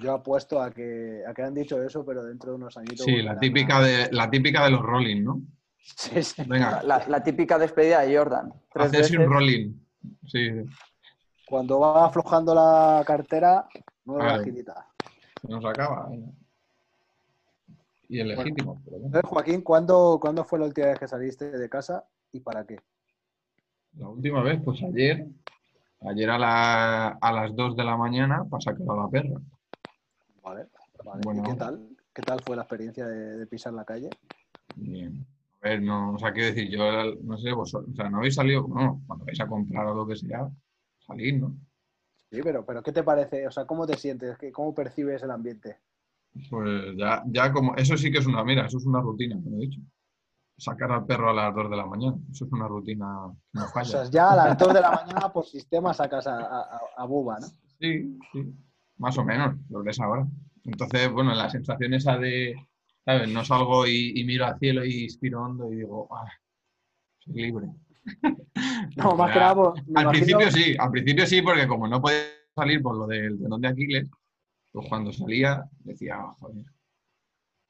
[SPEAKER 3] Yo apuesto a que, a que han dicho eso, pero dentro de unos añitos.
[SPEAKER 4] Sí,
[SPEAKER 3] volverán
[SPEAKER 4] la
[SPEAKER 3] a-
[SPEAKER 4] típica de, la típica de los rolling, ¿no?
[SPEAKER 3] (laughs) Sí, sí.
[SPEAKER 4] Venga,
[SPEAKER 5] La, la típica despedida de Jordan. Tres
[SPEAKER 4] hacerse un
[SPEAKER 5] veces.
[SPEAKER 4] rolling. Sí,
[SPEAKER 3] Cuando va aflojando la cartera,
[SPEAKER 4] Vale.
[SPEAKER 3] nueva esquinita.
[SPEAKER 4] se nos acaba. venga. Y el legítimo. pero bueno,
[SPEAKER 3] Entonces, Joaquín, ¿cuándo, ¿cuándo fue la última vez que saliste de casa y para qué?
[SPEAKER 4] La última vez, pues ayer, ayer a, la- a las 2 de la mañana, para sacar a la perra.
[SPEAKER 3] Vale, vale.
[SPEAKER 4] Bueno.
[SPEAKER 3] ¿Y qué tal? ¿Qué tal fue la experiencia de, de pisar la calle?
[SPEAKER 4] Bien. A ver, no, o sea, quiero decir, yo era- no sé, vosotros, o sea, no habéis salido, no, cuando vais a comprar o lo que sea, salid, ¿no?
[SPEAKER 3] Sí, pero, pero ¿qué te parece? O sea, ¿cómo te sientes? ¿Qué- ¿Cómo percibes el ambiente?
[SPEAKER 4] Pues ya, ya como, eso sí que es una, mira, eso es una rutina, me lo he dicho. Sacar al perro a las 2 de la mañana, eso es una rutina que no
[SPEAKER 3] O sea,
[SPEAKER 4] falla.
[SPEAKER 3] ya a las 2 de la mañana por sistema sacas a, a, a Buba, ¿no?
[SPEAKER 4] Sí, sí, más o menos, lo ves ahora. Entonces, bueno, la sensación esa de, ¿sabes? No salgo y, y miro al cielo y inspiro hondo y digo, ah, soy libre.
[SPEAKER 3] (laughs) No, más que
[SPEAKER 4] Ya.
[SPEAKER 3] nada, pues, me
[SPEAKER 4] Al
[SPEAKER 3] imagino-
[SPEAKER 4] principio sí, al principio sí, porque como no podía salir por lo del tendón de Aquiles, pues cuando salía decía, "Ah, joder,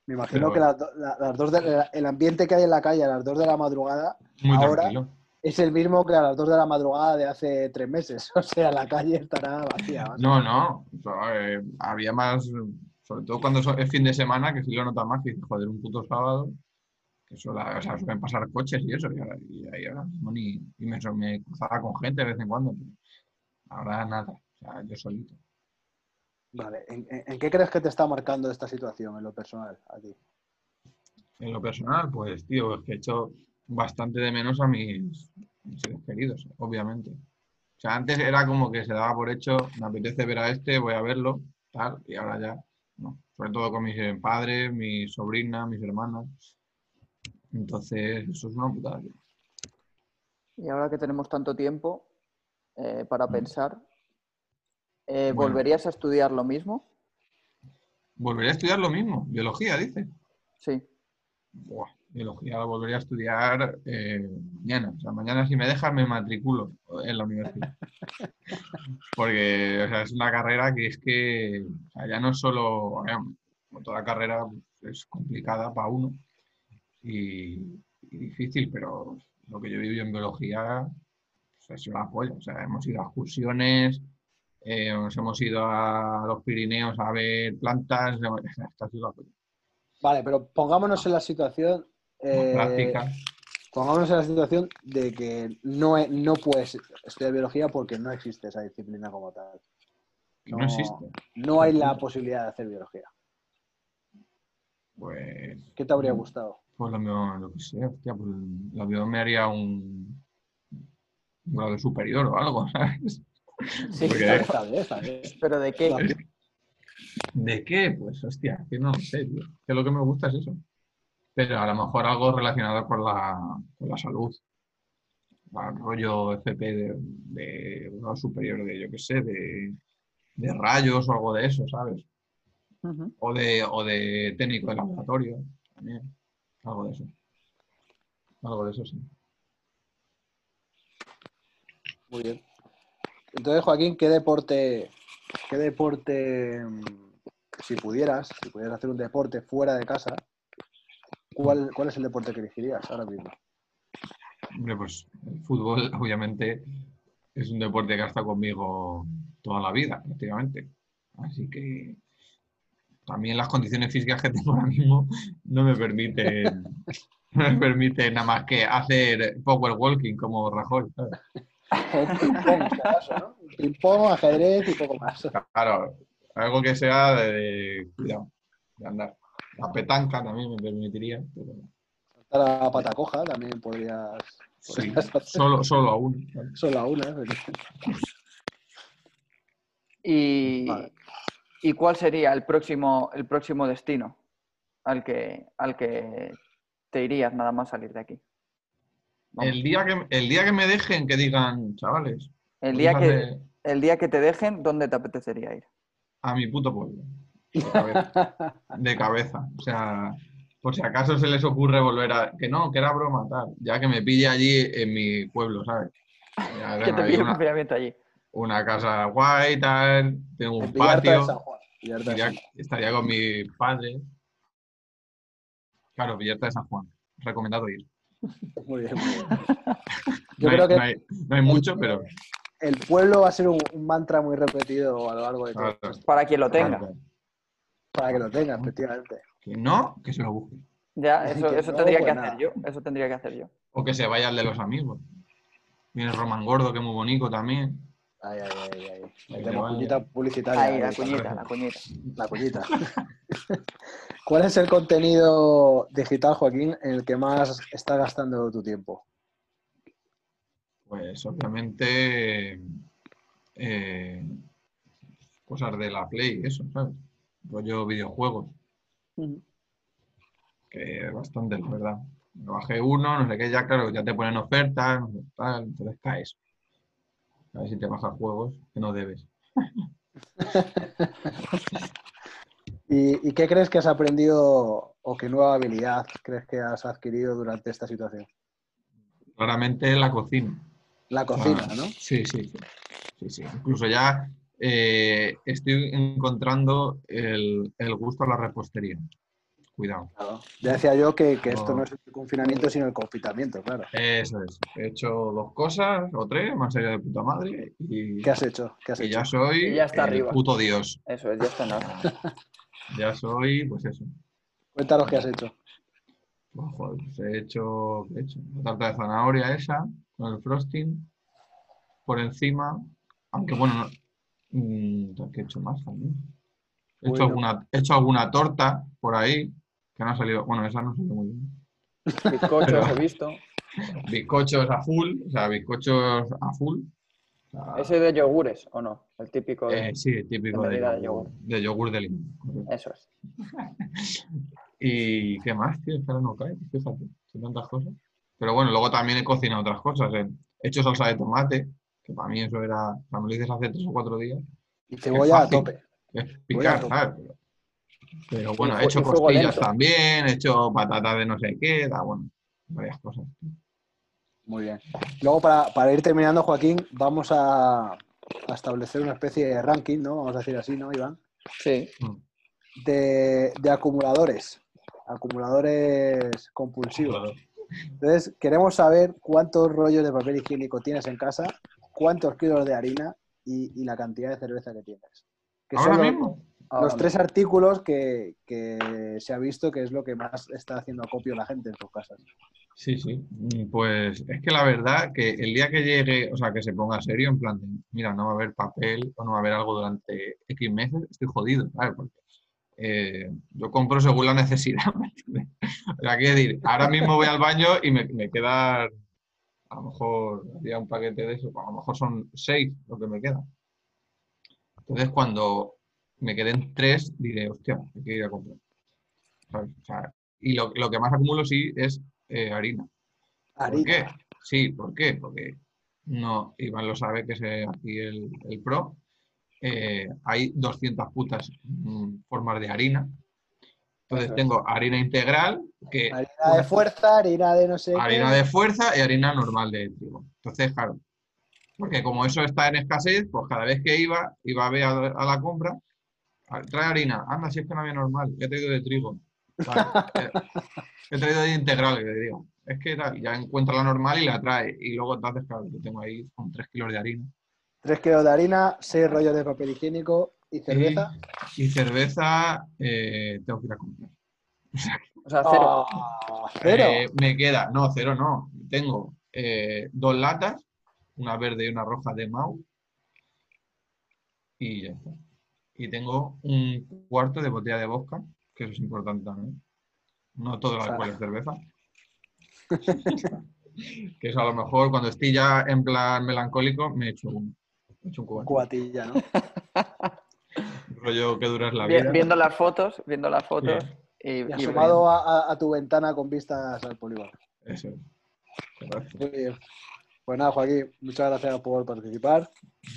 [SPEAKER 3] Me
[SPEAKER 4] Pero
[SPEAKER 3] imagino que las, do- la- las dos de la- el ambiente que hay en la calle a las 2 de la madrugada
[SPEAKER 4] muy
[SPEAKER 3] Ahora-
[SPEAKER 4] tranquilo.
[SPEAKER 3] es el mismo que a las 2 de la madrugada de hace tres meses. (laughs) O sea, la calle estará vacía. ¿vale?
[SPEAKER 4] No, no. o sea, eh, había más, sobre todo cuando so- es fin de semana, que sí lo nota más, que dices, joder, un puto sábado, que suela- o sea, suelen pasar coches y eso, y, ahora- y ahí ahora mismo ni, y me, so- me cruzaba con gente de vez en cuando, pero ahora nada, o sea, yo solito.
[SPEAKER 3] Vale, ¿En, en, en qué crees que te está marcando esta situación en lo personal a ti?
[SPEAKER 4] En lo personal, pues, tío, es que he hecho bastante de menos a mis mis seres queridos, obviamente. O sea, antes era como que se daba por hecho, me apetece ver a este, voy a verlo, tal, y ahora ya no. Sobre todo con mis eh, padres, mis sobrinas, mis hermanas. Entonces, eso es una putada. tío.
[SPEAKER 5] Y ahora que tenemos tanto tiempo eh, para
[SPEAKER 4] Mm.
[SPEAKER 5] pensar, eh,
[SPEAKER 4] Bueno.
[SPEAKER 5] ¿volverías a estudiar lo mismo?
[SPEAKER 4] Volvería a estudiar lo mismo, biología, dice.
[SPEAKER 5] Sí.
[SPEAKER 4] Buah, biología la volvería a estudiar eh, mañana. O sea, mañana si me dejas me matriculo en la universidad. Porque o sea, es una carrera que es que o sea, ya no es solo, a ver, como toda carrera pues, es complicada para uno y, y difícil, pero lo que yo viví en biología pues, ha sido la polla. O sea, hemos ido a excursiones, eh, nos hemos ido a los Pirineos a ver plantas, o sea, esto ha sido la polla.
[SPEAKER 3] Vale, pero pongámonos en la situación. eh,
[SPEAKER 4] Práctica.
[SPEAKER 3] pongámonos en la situación de que no, e- no puedes estudiar biología porque no existe esa disciplina como tal.
[SPEAKER 4] que no,
[SPEAKER 3] no-
[SPEAKER 4] existe.
[SPEAKER 3] No hay la posibilidad de hacer biología.
[SPEAKER 4] Pues,
[SPEAKER 3] ¿Qué te habría gustado?
[SPEAKER 4] pues lo, mío, lo que sea, hostia, pues lo mío me haría un, un grado superior o algo, (laughs) ¿sabes?
[SPEAKER 5] Sí,
[SPEAKER 4] Porque-
[SPEAKER 5] claro.
[SPEAKER 3] Está bien, está bien.
[SPEAKER 5] ¿Pero de qué?
[SPEAKER 4] ¿De qué? Pues hostia, que no sé, tío. Que lo que me gusta es eso. Pero a lo mejor algo relacionado con la, con la salud, bueno, rollo FP de, de grado superior de, yo qué sé, de, de rayos o algo de eso, ¿sabes?
[SPEAKER 5] Ujú.
[SPEAKER 4] O de, o de técnico de laboratorio, también. Algo de eso. Algo de eso, sí.
[SPEAKER 3] Muy bien. Entonces, Joaquín, ¿qué deporte, qué deporte, mm, si pudieras, si pudieras hacer un deporte fuera de casa, ¿cuál, cuál es el deporte que elegirías ahora mismo?
[SPEAKER 4] Hombre, pues el fútbol (laughs) obviamente es un deporte que ha estado conmigo toda la vida, prácticamente. Así que también las condiciones físicas que tengo ahora mismo no me
[SPEAKER 5] (laughs)
[SPEAKER 4] permiten, no me permiten nada más que hacer power walking como Rajoy. ¿sabes?
[SPEAKER 3] Ping-pong, si acaso, ¿no? Ping-pong, ajedrez y poco más.
[SPEAKER 4] Claro, algo que sea de, de- cuidado, de andar. La petanca también me permitiría, pero
[SPEAKER 3] Saltar a patacoja también podrías,
[SPEAKER 4] sí,
[SPEAKER 3] podrías hacer
[SPEAKER 4] solo, solo a uno.
[SPEAKER 5] (laughs)
[SPEAKER 4] ¿sabes?
[SPEAKER 3] solo a una. ¿eh?
[SPEAKER 5] ¿Y,
[SPEAKER 3] Vale.
[SPEAKER 5] ¿y cuál sería el próximo, el próximo destino al que, al que te irías nada más salir de aquí? Vamos,
[SPEAKER 4] El día, que, el día que me dejen que digan, chavales, pues
[SPEAKER 5] el, día
[SPEAKER 4] podéis
[SPEAKER 5] que,
[SPEAKER 4] hacer-
[SPEAKER 5] el día que te dejen, ¿dónde te apetecería ir?
[SPEAKER 4] a mi puto pueblo. De cabeza.
[SPEAKER 3] (laughs)
[SPEAKER 4] De cabeza. O sea, por si acaso se les ocurre volver a. Que no, que era broma, tal. Ya que me pille allí en mi pueblo, ¿sabes?
[SPEAKER 3] (laughs)
[SPEAKER 4] Ya
[SPEAKER 5] Que
[SPEAKER 4] tengo
[SPEAKER 5] te
[SPEAKER 4] ahí
[SPEAKER 5] pille un
[SPEAKER 4] una,
[SPEAKER 5] confinamiento allí.
[SPEAKER 4] una casa guay, tal. Tengo un
[SPEAKER 3] Villarta de San
[SPEAKER 4] patio.
[SPEAKER 3] Juan. Villarta de
[SPEAKER 4] Estaría,
[SPEAKER 3] San Juan.
[SPEAKER 4] estaría con mi padre. Claro, Villarta de San Juan. Recomendado ir.
[SPEAKER 3] Muy bien, muy
[SPEAKER 4] (laughs)
[SPEAKER 3] bien. Yo
[SPEAKER 4] No hay,
[SPEAKER 3] creo que
[SPEAKER 4] no hay- no hay mucho, pero.
[SPEAKER 3] el pueblo va a ser un, un mantra muy repetido a lo largo de todo.
[SPEAKER 4] claro,
[SPEAKER 3] esto,
[SPEAKER 5] Para quien lo tenga.
[SPEAKER 4] claro.
[SPEAKER 3] Para que lo tengas, efectivamente.
[SPEAKER 4] Que no, que se lo busque.
[SPEAKER 5] Ya,
[SPEAKER 3] Así
[SPEAKER 5] eso,
[SPEAKER 3] que
[SPEAKER 5] eso
[SPEAKER 3] no,
[SPEAKER 5] tendría
[SPEAKER 3] pues
[SPEAKER 5] que hacer
[SPEAKER 3] nada.
[SPEAKER 5] yo. Eso tendría que hacer yo.
[SPEAKER 4] O que se vaya al de los amigos. Viene Román Gordo, que es muy bonito también.
[SPEAKER 3] Ay, ay, ay, ay.
[SPEAKER 4] Me
[SPEAKER 3] Metemos
[SPEAKER 4] vale.
[SPEAKER 3] cuñita publicitaria.
[SPEAKER 5] Ahí, la
[SPEAKER 3] ahí,
[SPEAKER 5] cuñita, la cuñita.
[SPEAKER 3] la cuñita. (laughs) ¿Cuál es el contenido digital, Joaquín, en el que más está gastando tu tiempo?
[SPEAKER 4] Pues obviamente eh, cosas de la Play, eso, ¿sabes? Rollo videojuegos, que bastante, la verdad. Me bajé uno, no sé qué, ya claro, ya te ponen ofertas, no sé, tal, entonces caes. A ver si te bajas juegos que no debes.
[SPEAKER 3] ¿Y, y qué crees que has aprendido o qué nueva habilidad crees que has adquirido durante esta situación?
[SPEAKER 4] Claramente la cocina.
[SPEAKER 3] La cocina,
[SPEAKER 4] Ah,
[SPEAKER 3] ¿no?
[SPEAKER 4] Sí, sí, sí. Sí, sí. Incluso ya eh, estoy encontrando el, el gusto a la repostería. Cuidado.
[SPEAKER 3] Claro. Ya decía yo que, que esto
[SPEAKER 4] No.
[SPEAKER 3] no es el confinamiento, sino el confitamiento, claro.
[SPEAKER 4] Eso es. He hecho dos cosas o tres, me han salido de puta madre y,
[SPEAKER 3] ¿Qué has hecho? ¿Qué has
[SPEAKER 4] y
[SPEAKER 3] hecho?
[SPEAKER 4] ya soy
[SPEAKER 5] Y ya está
[SPEAKER 4] el
[SPEAKER 5] arriba.
[SPEAKER 4] puto dios.
[SPEAKER 5] Eso es, ya está nada.
[SPEAKER 4] Ya soy, pues eso.
[SPEAKER 3] Cuéntanos qué has hecho.
[SPEAKER 4] Pues, joder, pues he hecho, ¿qué he hecho? La tarta de zanahoria esa, con el frosting por encima. Aunque bueno, no, mm, ¿qué he hecho más también? He hecho,
[SPEAKER 3] Bueno.
[SPEAKER 4] alguna, he hecho alguna torta por ahí que no ha salido. Bueno, esa no salió muy bien.
[SPEAKER 5] Bizcochos he visto.
[SPEAKER 4] Bizcochos a full, o sea, bizcochos a full. O sea,
[SPEAKER 5] Ese de yogures, ¿o no? El típico. de-
[SPEAKER 4] Eh, sí, típico
[SPEAKER 5] de
[SPEAKER 4] de
[SPEAKER 5] medida
[SPEAKER 4] yogur,
[SPEAKER 5] de
[SPEAKER 4] de yogur de limón. correcto.
[SPEAKER 5] Eso es.
[SPEAKER 4] ¿Y qué más, tío? Es que ahora no cae, fíjate, son tantas cosas. Pero bueno, luego también he cocinado otras cosas. eh. He hecho salsa de tomate, que para mí eso era, o sea, me lo dices hace tres o cuatro días,
[SPEAKER 3] Y cebolla a
[SPEAKER 4] fácil.
[SPEAKER 3] tope.
[SPEAKER 4] que es picar,
[SPEAKER 3] Bueno.
[SPEAKER 4] ¿sabes? Pero, pero bueno,
[SPEAKER 5] fu-
[SPEAKER 4] he hecho
[SPEAKER 5] y fuego
[SPEAKER 4] costillas
[SPEAKER 5] lento.
[SPEAKER 4] también, he hecho patatas de no sé qué, da, bueno, varias cosas.
[SPEAKER 3] Muy bien. Luego, para, para ir terminando, Joaquín, vamos a, a establecer una especie de ranking, ¿no? Vamos a decir así, ¿no, Iván?
[SPEAKER 5] Sí.
[SPEAKER 4] Mm.
[SPEAKER 3] De, de acumuladores. Acumuladores compulsivos. Entonces, queremos saber cuántos rollos de papel higiénico tienes en casa, cuántos kilos de harina y, y la cantidad de cerveza que tienes. Que son
[SPEAKER 4] Ahora
[SPEAKER 3] los-
[SPEAKER 4] mismo,
[SPEAKER 3] Los,
[SPEAKER 5] ahora mismo.
[SPEAKER 3] tres artículos que, que se ha visto que es lo que más está haciendo acopio la gente en sus casas.
[SPEAKER 4] Sí, sí. Mm, Pues es que la verdad que el día que llegue, o sea, que se ponga serio, en plan, de, mira, no va a haber papel o no va a haber algo durante X meses, estoy jodido, ¿sabes? Porque eh, yo compro según la necesidad. (laughs) ¿me entiendes? o sea, quiero decir, ahora mismo voy al baño y me, me quedan, a lo mejor, había un paquete de eso, a lo mejor son seis lo que me queda. Entonces, cuando me queden tres, diré, hostia, hay que ir a comprar. ¿Sabes? O sea, y lo, lo que más acumulo sí es eh, harina. ¿Por
[SPEAKER 3] Harina.
[SPEAKER 4] qué? Sí, ¿por qué? Porque no, Iván lo sabe que es eh, aquí el, el pro. eh, hay 200 putas mm, formas de harina. Entonces
[SPEAKER 3] Eso es.
[SPEAKER 4] tengo harina integral, que
[SPEAKER 3] Harina de fuerza, harina de no sé qué.
[SPEAKER 4] harina de fuerza y harina normal de trigo. Entonces, claro, porque como eso está en escasez, pues cada vez que iba, iba a ver a, a la compra, "Ah, trae harina, anda, si es que no había normal, he traído de trigo, Vale, eh, he traído de integral, y le digo, es que tal, ya encuentra la normal y la trae, y luego entonces, claro, yo tengo ahí con 3 kilos de harina.
[SPEAKER 3] Tres kilos de harina, seis rollos de papel higiénico y cerveza.
[SPEAKER 4] Y, y cerveza eh, tengo que ir a comprar.
[SPEAKER 5] O sea, cero.
[SPEAKER 3] Ah, cero.
[SPEAKER 4] Eh, me queda, no, cero no. Tengo eh, dos latas, una verde y una roja de Mau. Y ya está. Y tengo un cuarto de botella de vodka, que eso es importante también. No todo el alcohol es cerveza. (laughs) que eso a lo mejor cuando estoy ya en plan melancólico me echo un, me echo un cubato.
[SPEAKER 3] Cubatilla,
[SPEAKER 4] (laughs)
[SPEAKER 3] ¿no?
[SPEAKER 4] Un rollo que duras la
[SPEAKER 5] Vi-
[SPEAKER 4] vida.
[SPEAKER 5] viendo las fotos, viendo las fotos. Y,
[SPEAKER 3] Y
[SPEAKER 5] y
[SPEAKER 3] asomado a, a- a tu ventana con vistas al polígono.
[SPEAKER 4] Eso es. Correcto.
[SPEAKER 3] Muy bien. Pues nada, Joaquín, muchas gracias por participar.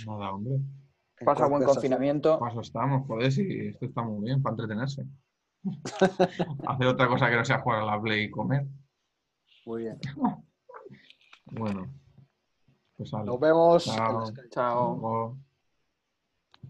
[SPEAKER 4] Nada, hombre.
[SPEAKER 5] bien. pasa buen
[SPEAKER 3] Conversación.
[SPEAKER 5] confinamiento.
[SPEAKER 4] Paso estamos, joder, si esto está muy bien para entretenerse. Hacer otra cosa que no sea jugar a la Play y comer.
[SPEAKER 3] Muy bien.
[SPEAKER 4] Bueno, pues algo.
[SPEAKER 3] Nos vemos.
[SPEAKER 4] Chao.
[SPEAKER 3] en las calles.
[SPEAKER 5] Chao.
[SPEAKER 4] Luego.